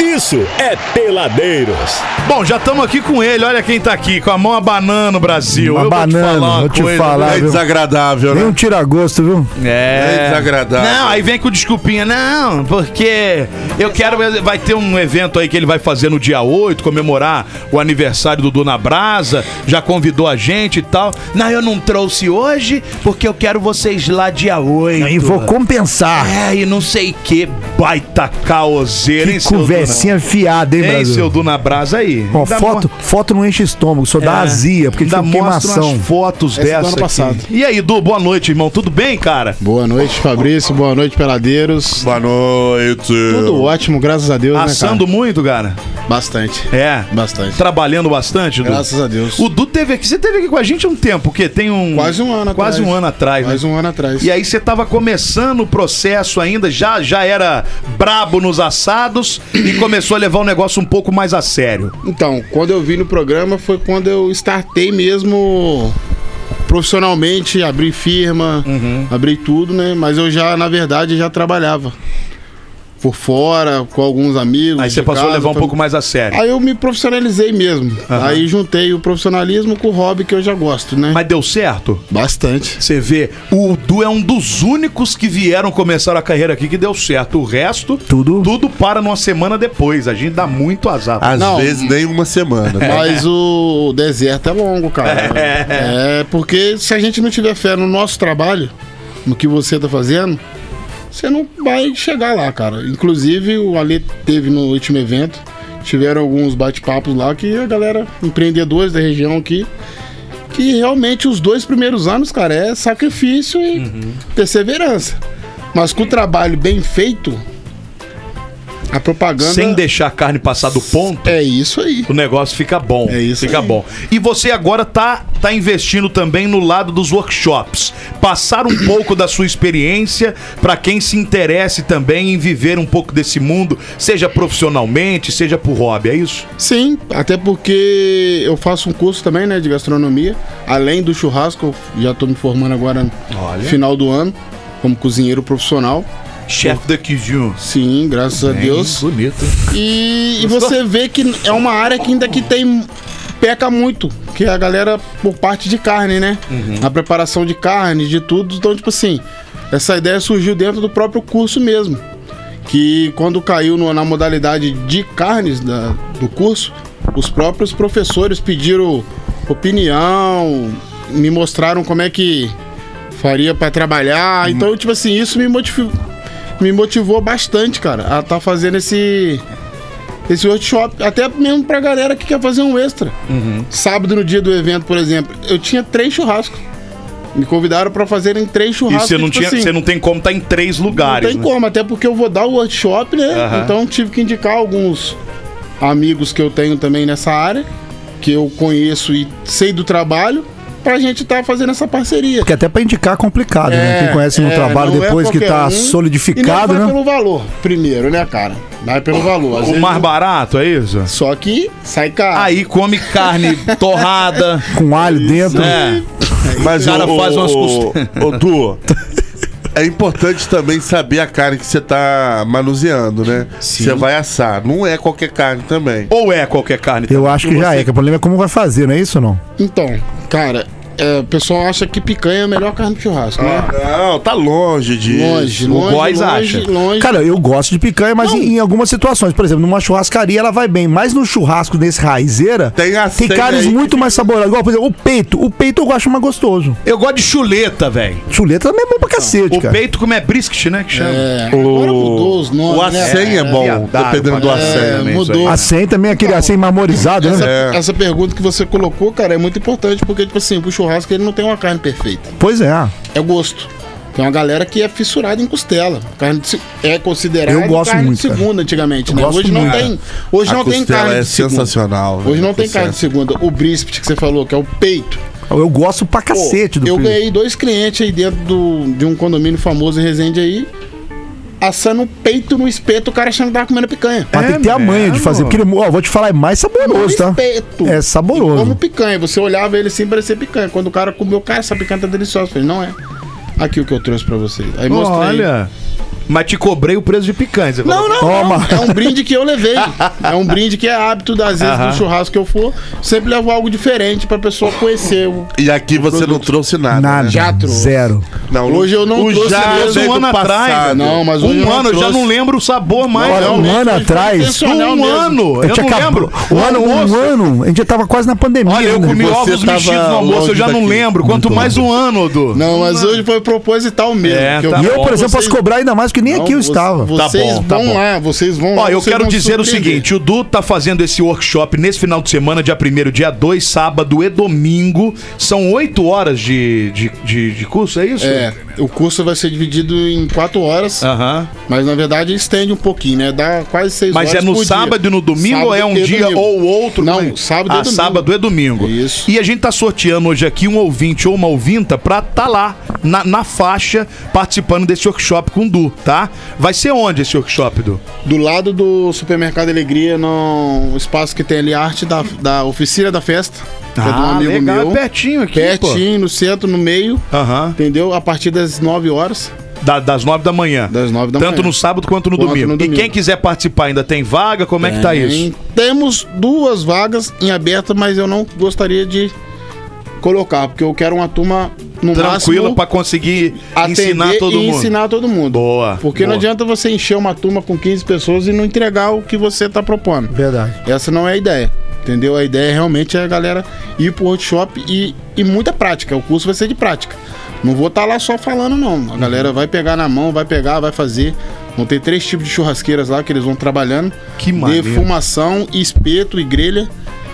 isso é Peladeiros. Bom, já estamos aqui com ele. Olha quem tá aqui, com a mão abanando o Brasil. Uma Eu vou te banana, falar uma vou te coisa, falar, né? viu? desagradável, Nem né? um tiragosto, viu? É. É desagradável. Não, aí vem com desculpinha. Não, porque eu quero. Vai ter um evento aí que ele vai fazer no dia 8, comemorar o aniversário do Dona Brasa. Já convidou a gente e tal. Não, eu não trouxe hoje porque eu quero vocês lá dia 8. E vou compensar. É, e não sei que baita caoseira, hein, Que seu conversinha fiada, hein, Dona? Hein, Brasil? seu Dona Brasa aí. Ó, Ainda foto, foto não enche estômago, só dá azia, porque É. Ainda dá mostram queimação. as fotos Essa do dessa ano aqui. passado. E aí, Du, boa noite, irmão. Tudo bem, cara? Boa noite, Fabrício. Boa noite, Peladeiros. Boa noite. Tudo ótimo, graças a Deus, Assando muito, cara? né, cara? Bastante. É. Bastante. Trabalhando bastante, Du? Graças a Deus. O Du teve aqui, você teve aqui com a gente há um tempo, o quê? Tem um... Quase um ano Quase atrás. um ano atrás, né? Mais um ano atrás. E aí você tava começando o processo ainda, já, já era brabo nos assados e começou a levar o negócio um pouco mais a sério. Então, quando eu vi no programa foi quando eu startei mesmo profissionalmente, abri firma, Uhum. abri tudo, né? Mas eu já, na verdade, já trabalhava. Por fora, com alguns amigos. Aí você de passou a casa, levar um fam- pouco mais a sério. Aí eu me profissionalizei mesmo. Aí juntei o profissionalismo com o hobby que eu já gosto, né? Mas deu certo? Bastante. Você vê, o Du é um dos únicos que vieram começar a carreira aqui que deu certo. O resto, Tudo- tudo para numa semana depois. A gente dá muito azar. Às Não. vezes nem uma semana. né? Mas o deserto é longo, cara. É, porque se a gente não tiver fé no nosso trabalho, no que você tá fazendo, você não vai chegar lá, cara. Inclusive, o Ale teve no último evento, tiveram alguns bate-papos lá que a galera, empreendedores da região aqui, que realmente os dois primeiros anos, cara, é sacrifício e Uhum. perseverança. Mas com o trabalho bem feito, a propaganda. Sem deixar a carne passar do ponto, É isso aí. o negócio fica bom. É isso Fica aí. bom. E você agora tá, tá investindo também no lado dos workshops. Passar um pouco da sua experiência para quem se interesse também em viver um pouco desse mundo, seja profissionalmente, seja por hobby, é isso? Sim, até porque eu faço um curso também, né, de gastronomia. Além do churrasco, eu já tô me formando agora no Olha. final do ano, como cozinheiro profissional. Chef de cuisine. Sim, graças a Deus. Bonito. E, e Gostou? você vê que é uma área que ainda que tem peca muito, que é a galera por parte de carne, né? Uhum. Na preparação de carne, de tudo. Então, tipo assim, essa ideia surgiu dentro do próprio curso mesmo. Que quando caiu no- na modalidade de carnes da- do curso, os próprios professores pediram opinião, me mostraram como é que faria pra trabalhar. Uhum. Então, tipo assim, isso me motivou, me motivou bastante, cara, a tá fazendo esse esse workshop, até mesmo pra galera que quer fazer um extra. Uhum. Sábado no dia do evento, por exemplo, eu tinha três churrascos. Me convidaram pra fazerem três E churrascos. você não, tipo tinha, assim, você não tem como estar em três não lugares. tem né? como, até porque eu vou dar o workshop, né? Aham. Então tive que indicar alguns amigos que eu tenho também nessa área, que eu conheço e sei do trabalho, pra gente tá fazendo essa parceria. Porque até pra indicar é complicado, né? Quem conhece no é, trabalho não é depois que qualquer tá um. solidificado, e não vai né? pelo valor, primeiro, né, cara? Vai pelo valor. Às O vezes- Ah. mais barato, é isso? Só que sai caro. Aí come carne torrada. Com alho dentro. É. Mas O cara ô, faz ô, umas ô, costas. ô, Du, é importante também saber a carne que você tá manuseando, né? Você vai assar. Não é qualquer carne também. Ou é qualquer carne. Eu acho que já é, que o problema é como vai fazer, não é isso não? Então, cara, é, o pessoal acha que picanha é a melhor carne de churrasco, né? Não, tá longe disso. Longe, Ah, o longe, Góis longe, acha. longe. Cara, eu gosto de picanha, mas em, em algumas situações, por exemplo, numa churrascaria ela vai bem, mas no churrasco desse raizeira, Tem a tem senha carnes aí muito mais saborosas. Igual, por exemplo, o peito. O peito eu acho mais gostoso. Eu gosto de chuleta, velho. Chuleta também é bom pra cacete, Então, O cara. peito como é brisket, né? Que chama. É, agora mudou os nomes, O né? acém é bom, viadagem, dependendo do parece. acém. É, também, isso mudou. A senha também é aquele Então, assim marmorizado, Essa, né? essa pergunta que você colocou, cara, é muito importante, porque, tipo assim, pro churrasco ele não tem uma carne perfeita. Pois é. É gosto. Tem uma galera que é fissurada em costela. Carne de se- é considerada Eu gosto carne muito, de segunda antigamente, né? gosto Hoje não muito. tem. Hoje A não tem costela carne é de segunda. sensacional. Hoje velho, não a tá tem carne de costela. segunda. O brisket que você falou, que é o peito. Eu gosto pra Pô, cacete do Eu peito. ganhei dois clientes aí dentro do- de um condomínio famoso em Resende aí, assando o peito no espeto, o cara achando que tava comendo picanha. Mas tem É, que ter a manha de fazer, porque ele, ó, vou te falar, é mais saboroso, tá? Espeto. É saboroso. E Como picanha. Você olhava ele assim, parecia picanha. Quando o cara comeu, cara, essa picanha tá deliciosa. Eu falei, não é. Aqui o que eu trouxe pra vocês. Aí mostrei. Olha. mas te cobrei o preço de picanha. Você Não, falou, não, Toma. não. É um brinde que eu levei. É um brinde que é hábito das vezes do churrasco que eu for. Sempre levo algo diferente pra pessoa conhecer. o- E aqui você não trouxe nada. Nada. né? Já trouxe. Zero. Não, Hoje eu não o trouxe já mesmo, veio um do ano atrás, passado. Não, mas hoje Um eu ano, eu já trouxe. não lembro o sabor mais. Olha, não. um ano foi atrás. intencional Um mesmo. ano, A eu gente não acabou- lembro. Um ano, um Almoço. ano. A gente já tava quase na pandemia. né? Olha, eu ainda. comi Você ovos tava mexidos no almoço, eu longe já não daqui. lembro. Quanto mais um ano, do. Não, mas hoje foi proposital mesmo. É, que tá E eu, bom. por exemplo, Vocês- posso cobrar ainda mais, porque nem Não, aqui eu vo- estava. Tá Vocês bom, tá vão bom. lá, vocês vão Ó, lá. eu vocês quero vão se dizer o É, surpreender. seguinte: o Du tá fazendo esse workshop nesse final de semana, dia 1 dia 2, sábado e domingo. São 8 horas de, de, de, de curso, é isso? É, o curso vai ser dividido em quatro horas, Aham. mas na verdade estende um pouquinho, né? Dá quase seis Mas horas. é no por dia. sábado e no domingo Sábado ou é um e dia domingo. ou outro? Não, Como é? sábado e ah, domingo. sábado e domingo. Isso. E a gente tá sorteando hoje aqui um ouvinte ou uma ouvinta pra tá lá na, na faixa participando desse workshop com o Du, tá? Vai ser onde esse workshop, Du? Do lado do supermercado Alegria, no espaço que tem ali a arte da, da oficina da festa. que é de um amigo meu. é pertinho aqui, Pertinho, no centro, no meio. pô. Aham. Entendeu? A partir das 9 horas. Da- das nove da manhã. Das nove da Tanto manhã. no sábado quanto no, Quanto domingo. no domingo. E quem quiser participar ainda tem vaga? Como é que tá isso? Tem- Temos duas vagas em aberta, mas eu não gostaria de colocar, porque eu quero uma turma no Tranquilo máximo pra conseguir atender ensinar todo e mundo. ensinar todo mundo. Boa, Porque boa. não adianta você encher uma turma com 15 pessoas e não entregar o que você tá propondo. Verdade. Essa não é a ideia. Entendeu? A ideia realmente é a galera ir pro workshop e, e muita prática. O curso vai ser de prática. Não vou estar lá só falando, não. A Uhum. galera vai pegar na mão, vai pegar, vai fazer. Vão ter três tipos de churrasqueiras lá que eles vão trabalhando. Que maneiro. Defumação, espeto e grelha.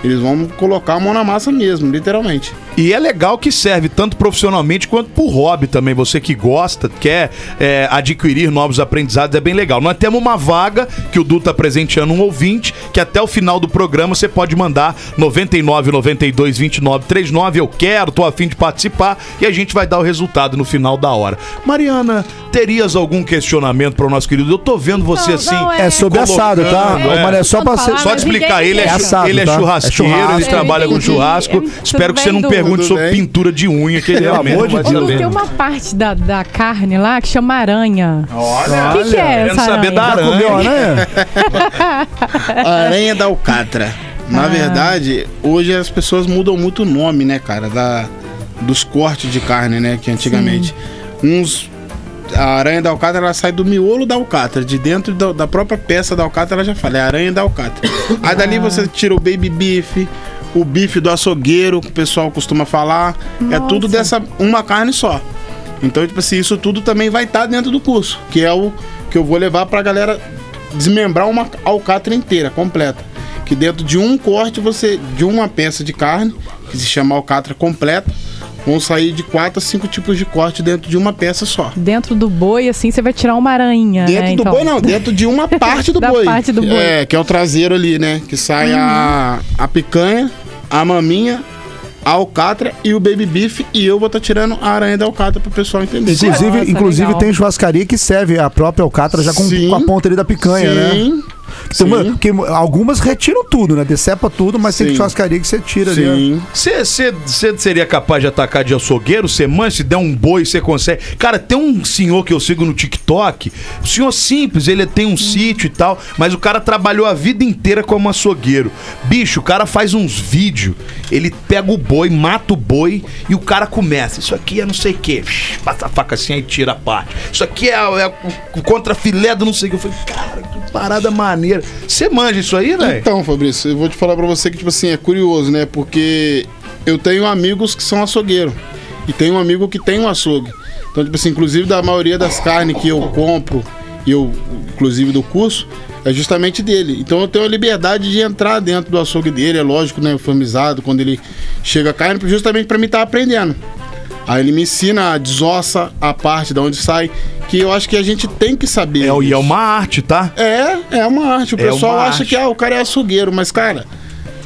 Eles vão colocar a mão na massa mesmo, literalmente. E é legal que serve tanto profissionalmente quanto pro hobby também. Você que gosta, quer é, adquirir novos aprendizados, é bem legal. Nós temos uma vaga que o Du tá presenteando um ouvinte, que até o final do programa você pode mandar 99 92 29 39. Eu quero, tô afim de participar e a gente vai dar o resultado no final da hora. Mariana, terias algum questionamento para o nosso querido? Eu tô vendo você Não, assim. não, É sobre Colocando, assado, tá? é. Mas é só pra ser. Ah, Só mas explicar, ninguém ele é, entende. chu- É assado, ele é tá? É churrasqueiro, ele churrasco. trabalha com Entendi. churrasco. Eu- tudo Espero que bem, você não Du? pergunte Tudo sobre bem? pintura de unha, que ele realmente amor não de vai Ô, Lu, saber. tem uma parte da, da carne lá que chama aranha. Olha, O que, que é quero essa saber aranha? da aranha. Comeu, né? Aranha da Alcatra. Na verdade, hoje as pessoas mudam muito o nome, né, cara? Da, dos cortes de carne, né? Que antigamente. Uns. A aranha da alcatra ela sai do miolo da alcatra, de dentro da, da própria peça da alcatra ela já fala, é aranha da alcatra. Aí dali você tira o baby beef, o bife do açougueiro, que o pessoal costuma falar, é tudo dessa uma carne só. Então, tipo assim, isso tudo também vai estar dentro do curso, que é o que eu vou levar pra galera desmembrar uma alcatra inteira, completa. Que dentro de um corte, você de uma peça de carne, que se chama alcatra completa, vão sair de quatro a cinco tipos de corte dentro de uma peça só. Dentro do boi, assim, você vai tirar uma aranha. Dentro né, do então. boi não, dentro de uma parte do Da boi. parte do boi. Uhum. É, que é o traseiro ali, né? Que sai a, a picanha, a maminha, a alcatra e o baby beef. E eu vou estar tirando a aranha da alcatra pro pessoal entender. Inclusive, Nossa, inclusive legal. tem churrascaria que serve a própria alcatra já com, Sim. com a ponta ali da picanha, né? Sim, Tem uma- Porque algumas retiram tudo, né? Decepa tudo, mas tem Sim. churrascaria que você tira ali. sim. Você seria capaz de atacar de açougueiro? Você manja, se der um boi, você consegue. Cara, tem um senhor que eu sigo no TikTok, um senhor simples, ele tem um sítio e tal, mas o cara trabalhou a vida inteira como açougueiro. Bicho, o cara faz uns vídeos, ele pega o boi, mata o boi e o cara começa. Isso aqui é não sei o quê. Shhh, Passa a faca assim e tira a parte. Isso aqui é, é o contrafilé do não sei o que. Eu falei, cara, que parada maneira. Você manja isso aí, né? Então, Fabrício, eu vou te falar pra você que, tipo assim, é curioso, né? Porque eu tenho amigos que são açougueiro. E tenho um amigo que tem um açougue. Então, tipo assim, inclusive da maioria das carnes que eu compro, e eu, inclusive do curso, é justamente dele. Então eu tenho a liberdade de entrar dentro do açougue dele, é lógico, né? Famizado, quando ele chega a carne, justamente pra mim estar aprendendo. Aí ele me ensina a desossa, a parte de onde sai, que eu acho que a gente tem que saber. É, e é disso. uma arte, tá? É, é uma arte. O É pessoal uma acha arte. que ah, o cara é açougueiro, mas, cara,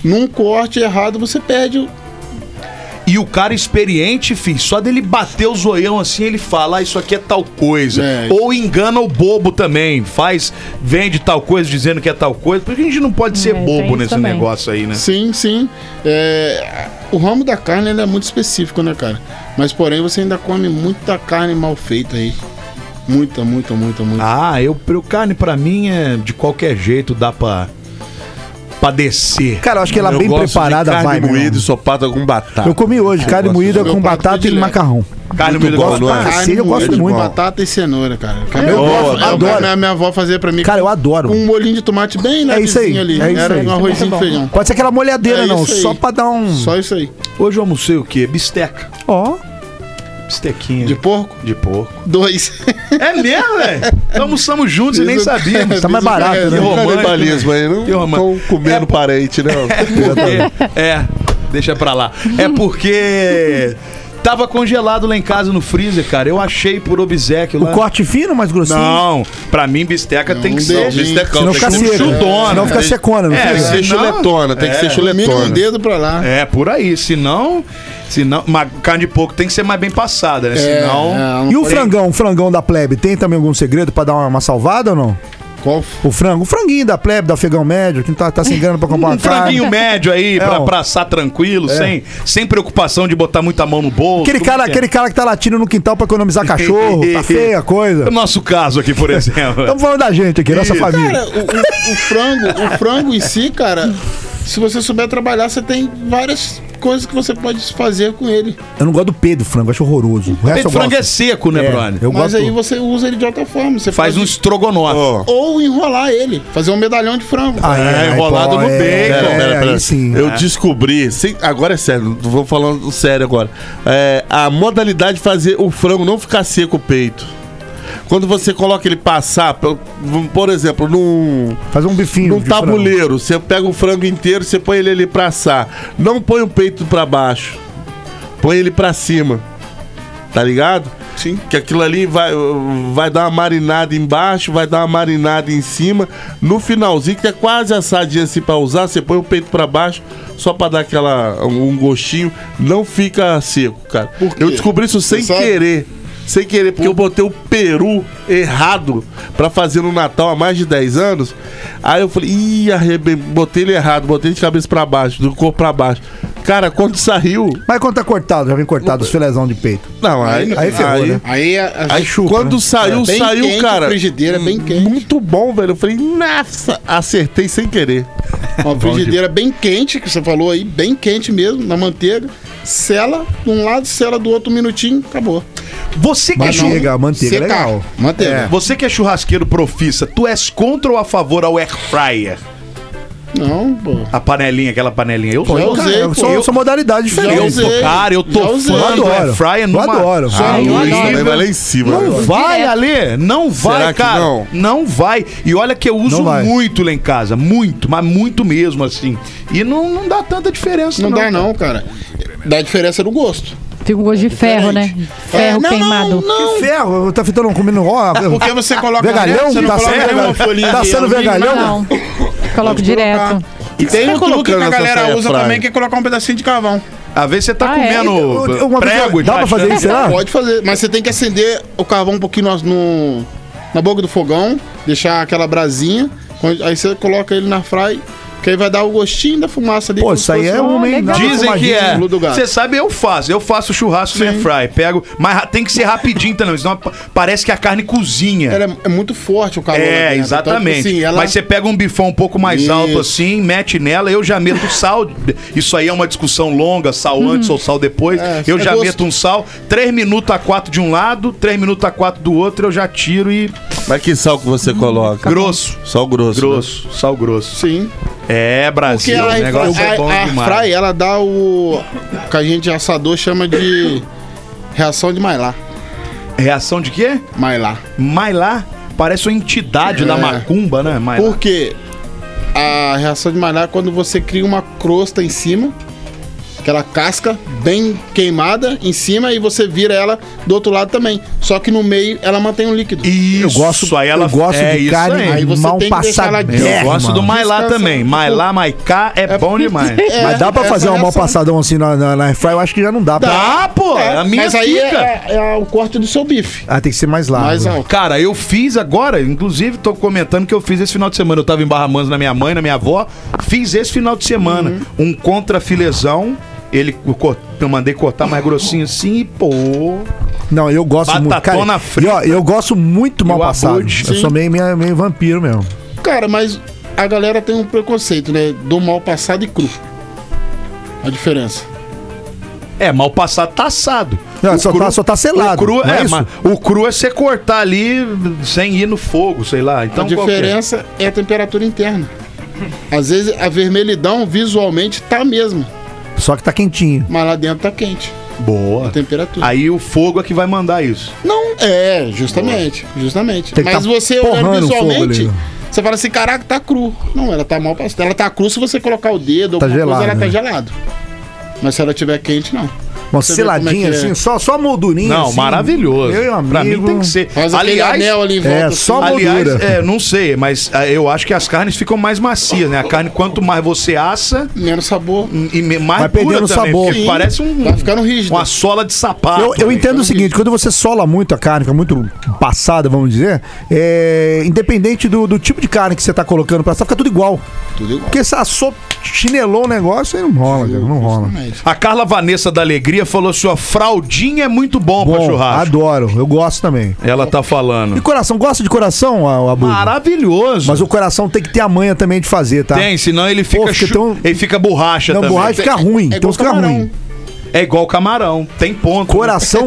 num corte errado você perde. o- E o cara experiente, filho, só dele bater o zoião assim, ele fala, ah, isso aqui é tal coisa. É. Ou engana o bobo também, faz, vende tal coisa dizendo que é tal coisa, porque a gente não pode ser É, tem bobo isso nesse também. negócio aí, né? Sim, sim. É, O ramo da carne ele é muito específico, né, cara? Mas, porém, você ainda come muita carne mal feita aí. Muita, muita, muita, muita. Ah, eu, eu carne pra mim é de qualquer jeito, dá pra, pra descer. Cara, eu acho que ela Eu bem gosto de preparada carne vai, meu moída e irmão. sopada com batata. Eu comi hoje carne Ah, gosto moída disso. com Meu prato batata e predileto. macarrão. Carne muito moída bom, com não é? batata. Cacete, Ah, eu gosto moída de muito. batata e cenoura, cara. Cara, Eu minha- gosto, minha- adoro. Minha, minha avó fazia pra mim. Cara, eu adoro. Com um molhinho de tomate bem É isso aí, levezinho ali. é isso Era aí. um arrozinho e feijão. Pode ser aquela molhadeira, É não. isso aí. Só pra dar um. Só isso aí. Ah, Hoje eu almocei o quê? Bisteca. Ó. Bistequinha. De porco? de porco. Dois. É mesmo, velho? Almoçamos juntos e nem Isso- sabíamos. tá mais isso barato, é- né? isso é- romântico, Canibalismo aí, não Que romântico. estão É, comendo parente, né? Porque- é, deixa pra lá. É porque tava congelado lá em casa no freezer, cara. Eu achei por obsequio O lá. corte fino, mais grossinho. Não, pra mim bisteca tem que um ser. dedinho. Bistecão, Senão tem fica que ser seca. chutona, Senão fica né? secona, não É, Tem que fica? se- ser Não. chuletona, tem que é, ser Mínimo um chuletona. dedo pra lá. É, por aí. Senão, senão, mas carne de porco tem que ser mais bem passada, né? Senão, é, E o frangão, o frangão da plebe, tem também algum segredo pra dar uma, uma salvada ou não? qual O frango, o franguinho da plebe, da afegão médio, que tá, tá sem grana pra comprar uma um franguinho carne. médio aí É, pra, ó. É. pra assar tranquilo, sem, sem preocupação de botar muita mão no bolso. Aquele cara, aquele cara que tá latindo no quintal pra economizar cachorro, tá feia a É o coisa. nosso caso aqui, por exemplo. Estamos falando da gente aqui, nossa família. Cara, o, o- o frango, o frango em si, cara, se você souber trabalhar, você tem várias coisas que você pode fazer com ele. Eu não gosto do P do frango, acho horroroso. O resto Peito eu frango é gosto. seco, né, É, brother? eu Mas gosto. aí você usa ele de outra forma. Você Faz um pode- estrogonofe. Ó, Ou enrolar ele, fazer um medalhão de frango. Ah, É, aí, enrolado pô, no bacon. é, Pera, é, pera, pera. aí sim. Eu descobri, sem- agora é sério, vou falando sério agora. É, a modalidade de fazer o frango não ficar seco o peito. Quando você coloca ele passar, por- por exemplo, num, Fazer um bifinho. num de frango. tabuleiro, você pega o frango inteiro, você põe ele ali pra assar. Não põe o peito pra baixo, põe ele pra cima. Tá ligado? Sim. Que aquilo ali vai, vai dar uma marinada embaixo, vai dar uma marinada em cima. No finalzinho, que é quase assadinho assim pra usar, você põe o peito pra baixo, só pra dar aquela, um gostinho. Não fica seco, cara. Por quê? Eu descobri isso sem sabe? querer. Sem querer, porque eu botei o peru errado pra fazer no Natal há mais de 10 anos. Aí eu falei, ih, arrebe... botei ele errado, botei de cabeça pra baixo, do corpo pra baixo. Cara, quando saiu. Mas quando tá cortado, já vem cortado os filezão de peito. Não, aí. Aí ferrou, né? Aí, a- a- Aí quando saiu, É, bem saiu, quente, cara. hum, frigideira, bem quente. Muito bom, velho. Eu falei, nossa, acertei sem querer. Uma frigideira bem quente, que você falou aí, bem quente mesmo, na manteiga. Sela de um lado, sela do outro um minutinho, acabou. Você que, é Mas churra- não- Manteiga, manteiga, né? Secar. legal. Manteiga. você que é churrasqueiro profissa, tu és contra ou a favor ao air fryer? É. Não, pô. A panelinha, aquela panelinha. Eu Pô, Já eu, usei, cara, pô. são, Eu- são modalidades já diferentes. usei. tô, cara, eu Já tô usei. fã do Eu air adoro. fryer Eu numa... adoro. Ah, Só o eu Luiz adoro. também vai lá em em cima. Não né? vai, Ale, não vai, Será que cara. Não? não? vai. E olha que eu uso Não vai. muito lá em casa, muito, mas muito mesmo, assim. E não, não dá tanta diferença, Não não. dá não, cara. Dá diferença no gosto. Tem um gosto de ferro, né? Diferente. Ferro É, não, queimado. Não, não. Ferro, eu tá fitando comendo ó. É Porque você coloca... Vergalhão? Você não Tá coloca sendo uma vergalhão? folhinha Tá de sendo alumínio, vergalhão? Não. Coloco direto. E tem tá um truque que colocando a essa galera saia usa fraia? também, que é colocar um pedacinho de carvão. Às vezes você tá Ah, é? comendo Eu- prego uma vez tá né? eu- dá pra fazer bastante. isso, será? Pode fazer, mas você tem que acender o carvão um pouquinho no, no- na boca do fogão, deixar aquela brasinha, quando- aí você coloca ele na fry, que aí vai dar o gostinho da fumaça ali. Pô, como se isso aí fosse é um- um, hein? legal. Nada Dizem como a que gente. é. no lugar. Você sabe, eu faço. Eu faço churrasco no air fry. Pego, mas ra- tem que ser rapidinho também, senão pa- parece que a carne cozinha. Ela é, é muito forte o calor. lá É, dentro. Então, exatamente. tipo assim, ela- Mas você pega um bifão um pouco mais Isso. alto assim, mete nela, eu já meto sal. Isso aí é uma discussão longa, sal antes ou sal depois. Uhum. É, eu é já gosto. meto um sal, 3 minutos a 4 de um lado, 3 minutos a 4 do outro, eu já tiro e Mas que sal que você coloca? grosso. Sal grosso. né? Grosso, sal grosso. Sim. É, Porque Brasil, ela, o negócio a, é bom a demais. fry, ela dá o que a gente assador chama de reação de Maillard. Reação de quê? Maillard. Mailá parece uma entidade da É. macumba, né? Mailá. Porque a reação de Maillard é quando você cria uma crosta em cima, aquela casca bem queimada em cima e você vira ela do outro lado também. Só que no meio ela mantém um líquido. Isso, Eu gosto, aí ela eu gosto é de isso carne aí. Aí você mal tem que deixar ela passada. Eu É, gosto do Mailá Descansa. também. Mailá, Maicá é, bom demais. É, Mas dá pra essa fazer um mal reação. passadão assim na, na, na air fry? Eu acho que já não dá. Pra... Tá, pô, É, a minha mas fica. aí é, é o corte do seu bife. Ah, tem que ser mais largo. Mais alto. Cara, eu fiz agora, inclusive tô comentando que eu fiz esse final de semana. Eu Uhum. tava em Barra Mansa na minha mãe, na minha avó. Fiz esse final de semana um contrafilezão Ele co- eu mandei cortar mais grossinho assim e pô. Não, eu gosto muito. Batatona Cara, frita. e ó, eu gosto muito mal E o passado. abude, eu sim. sou meio, meio, meio vampiro mesmo. Cara, mas a galera tem um preconceito, né? Do mal passado e cru. A diferença. É, mal passado tá assado. Não, O só tá- só tá selado, O cru, não é é, isso? mas o cru é você cortar ali sem ir no fogo, sei lá. Então a qual que é? diferença é a temperatura interna. Às vezes a vermelhidão visualmente tá mesmo, Só que tá quentinho. mas lá dentro tá quente. Boa. A temperatura. Aí o fogo é que vai mandar isso. Não, é, justamente, justamente. Tem que Mas tá você olhando porrando o fogo visualmente, ali, né? você fala assim, caraca, tá cru. Não, ela tá mal passada. Ela tá cru se você colocar o dedo, Tá alguma gelado, coisa, ela né? tá gelado. Mas se ela tiver quente, não. Uma Você vê como é seladinha que é. assim, só, só a moldurinha. Não, assim. maravilhoso. Eu e um amigo. Pra mim tem que ser. Faz aquele anel ali em volta. é, assim. só a Aliás, moldura. é, não sei, mas ah, eu acho que as carnes ficam mais macias, né? A carne, quanto mais você assa, assim, Menos sabor. e me- mais dura Vai perdendo também. sabor. porque Sim. Parece um, Vai ficando rígido. uma sola de sapato. Eu, eu né? entendo o seguinte, quando você sola muito a carne, que é muito passada, vamos dizer, é, independente do, do tipo de carne que você tá colocando pra assar, fica tudo igual. Tudo igual. Porque se assou, chinelou o negócio, aí não rola, cara, não rola. Justamente. A Carla Vanessa da Alegria falou assim: ó, fraldinha é muito bom, pra Bom, churrasco. adoro, eu gosto também. Ela tá E falando. coração, gosta de coração, a- a Abu? Maravilhoso. Mas o coração tem que ter a manha também de fazer, tá? Tem, senão ele fica, Pô, fica chu- tão- ele fica borracha Não, também. borracha fica ruim, É tem igual uns que fica camarão. ruim. É igual camarão, tem ponto. Coração,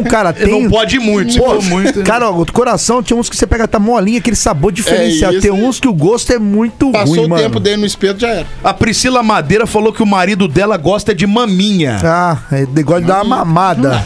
cara, Ele tem... Não né? pode ir muito, se Pô, for muito. Cara, o coração tinha uns que você pega tá molinha, aquele sabor diferenciado. isso. tem uns que o gosto é muito Passou ruim, o mano. tempo dele no espeto, já era. A Priscila Madeira falou que o marido dela gosta de maminha. Ah, é igual de dar uma mamada.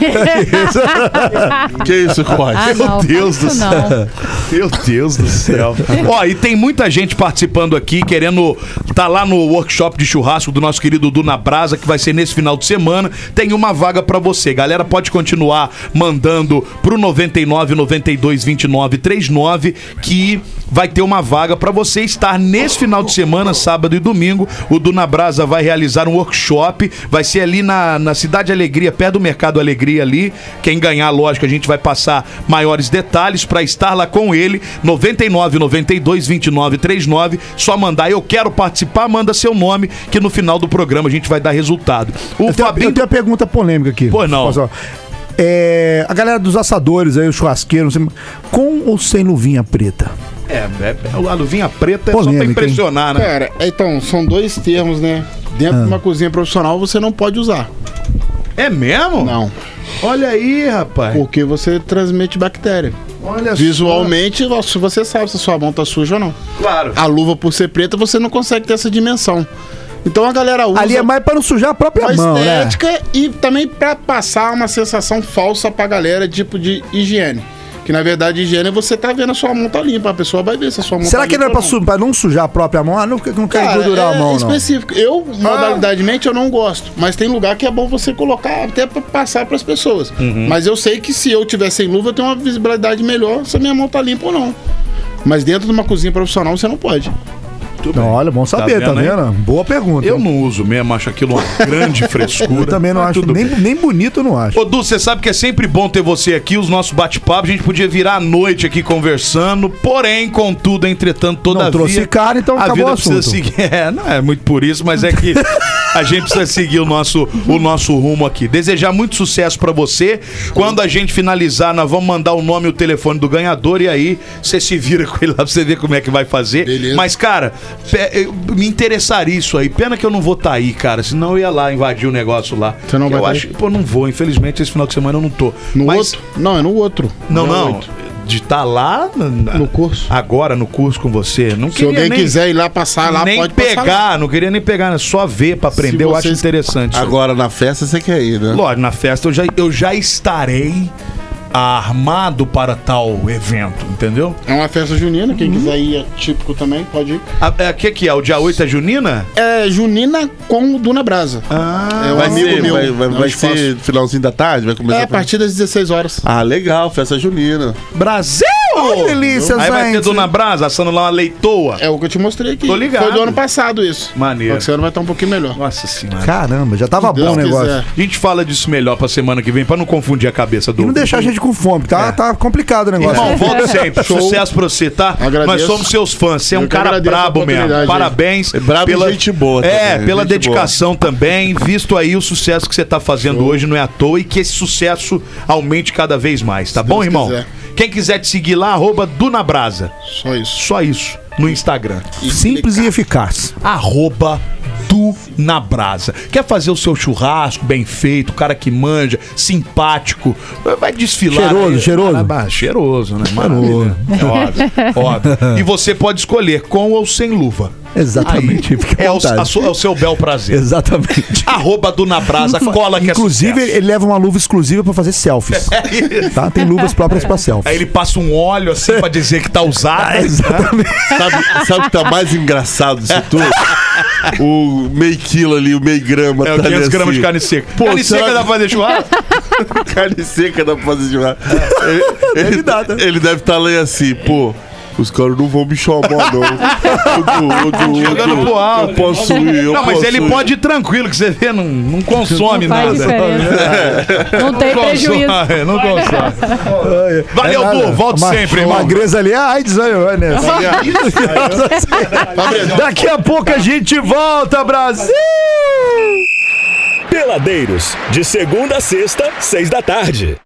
Que isso, Corte? Ah, não, Deus fala do isso não. Meu Deus do céu. Ó, e tem muita gente participando aqui, querendo tá lá no workshop de churrasco do nosso querido Duna Brasa, que vai ser nesse final de semana. Tem uma vaga pra você. Galera, pode continuar mandando pro 99 92 29 39 que vai ter uma vaga pra você estar nesse final de semana, sábado e domingo. O Duna Brasa vai realizar um workshop, vai ser ali na, na Cidade Alegria, perto do Mercado Alegria ali. Quem ganhar, lógico, a gente vai passar maiores detalhes pra estar lá com ele. 99 92 29 39. Só mandar eu quero participar, manda seu nome que no final do programa a gente vai dar resultado. O Eu tenho, Fabinho eu tenho uma pergunta polêmica aqui. Pois não. Posso falar? É, a galera dos assadores aí, os churrasqueiros, não sei- com ou sem luvinha preta? é, é, é, a luvinha preta é só Polêmica, pra hein? impressionar, né? Cara, então, são dois termos, né? Ah. Dentro de uma cozinha profissional você não pode usar. É mesmo? Não. Olha aí, rapaz. Porque você transmite bactéria. Olha Visualmente, se você sabe se a sua mão tá suja ou não. só. Claro. A luva, por ser preta, você não consegue ter essa dimensão. Então a galera usa Ali é mais pra não sujar a própria uma mão, né? estética e também pra passar uma sensação falsa pra galera, tipo de higiene. Que na verdade, higiene é você tá vendo a sua mão tá limpa, a pessoa vai ver se a sua mão Será tá que limpa. não é pra, su- pra não sujar a própria mão? Ah, não, porque eu não quero engordurar a mão, não. é específico. Eu, modalidademente, eu não gosto. Mas tem lugar que é bom você colocar até pra passar pras pessoas. Mas eu sei que se eu tiver sem luva, eu tenho uma visibilidade melhor se a minha mão tá limpa ou não. Mas dentro de uma cozinha profissional, você não pode. Não, olha, bom saber, Tá tá vendo, vendo? Boa pergunta. Eu não uso mesmo, acho aquilo uma grande frescura. Eu também não Mas acho, tudo nem, bem. nem bonito eu não acho. Ô, Du, você sabe que é sempre bom ter você aqui, os nossos bate-papos. A gente podia virar a noite aqui conversando, porém, contudo, entretanto, todavia. Não trouxe cara, então a acabou vida o assunto. precisa seguir. É, não é muito por isso, mas é que a gente precisa seguir o nosso, o nosso rumo aqui. Desejar muito sucesso pra você. Quando a gente finalizar, nós vamos mandar o nome e o telefone do ganhador e aí você se vira com ele lá pra você ver como é que vai fazer. Beleza. Mas, cara, pe- eu- me interessaria isso aí. Pena que eu não vou estar aí, cara, senão eu ia lá invadir o negócio lá. Você não eu vai tá aí? acho, pô, não vou, infelizmente esse final de semana eu não tô. No Mas- outro? Não, é no outro. Não, Dia não. oito. De estar lá na- na- No curso. Agora no curso com você. Não Se alguém nem, quiser ir lá passar lá, nem pode pegar, passar lá. não queria nem pegar, né? só ver pra aprender, eu acho vocês- interessante. isso aí. Agora na festa você quer ir, né? Lógico, na festa eu já, eu já estarei armado para tal evento, entendeu? É uma festa junina, quem quiser ir é típico também, pode ir. A- é, O que, que é? O dia 8 é junina? É junina com o Duna Brasa. Ah, é um Vai amigo ser, meu. vai, vai- é um vai espaço. ser finalzinho da tarde, vai começar. É, a pra- partir das 16 horas. Ah, legal, festa junina. Brasil! Ô, que delícia, Aí vai ter gente. Dona Brasa assando lá uma leitoa. É o que eu te mostrei aqui. Tô ligado. Foi do ano passado isso. Maneiro. Só que esse ano vai estar um pouquinho melhor. Nossa senhora. Caramba, já tava Deus bom o negócio. quiser. A gente fala disso melhor pra semana que vem, pra não confundir a cabeça do. E não deixar a gente com fome, tá, tá complicado o negócio. Irmão, volta sempre. Show. Sucesso pra você, tá? Agradeço. Nós somos seus fãs. Você é Eu um que cara agradeço a brabo mesmo. oportunidade, Parabéns. É brabo e gente boa É, também, pela gente dedicação também. Visto aí o sucesso que você tá fazendo hoje, não é à toa. E que esse sucesso aumente cada vez mais, tá bom, Deus irmão? quiser. Quem quiser te seguir lá, arroba Dunabrasa. Só isso. Só isso. No Instagram. Simples e eficaz. arroba do na brasa. Quer fazer o seu churrasco bem feito, cara que manja, simpático, vai desfilar. Cheiroso, aí. cheiroso. Marabá, cheiroso, né? Maravilha. É óbvio, óbvio. E você pode escolher com ou sem luva. Exatamente. Aí, fica à é, o, vontade. a sua- é o seu bel prazer. Exatamente. Arroba do na brasa, cola que é Inclusive, ele sucesso. ele leva uma luva exclusiva pra fazer selfies. tá? Tem luvas próprias pra selfies. Aí ele passa um óleo assim pra dizer que tá usado. Ah, Exatamente. Sabe, sabe o que tá mais engraçado disso tudo? O meio quilo ali, o meio grama. É, tá ali 500 gramas assim. de carne seca. Pô, carne será seca que- dá pra fazer churrasco? Carne seca dá pra fazer de lá. Ele, ele, né? ele deve estar tá lá assim, pô. Os caras não vão me chamar, não. Eu, do- eu, do- eu, Jogando do- pro alto. eu posso ir, eu Não, mas posso ele ir. pode ir tranquilo, que você vê, não, não consome Não faz nada. diferença. Não tem Consome, prejuízo. é, não consome. Valeu, É, Du. nada. Volte Uma- sempre, uma irmão. Magreza ali, ai, desânimo, né? Daqui a pouco a gente volta, Brasil! Peladeiros, de segunda a sexta, seis da tarde.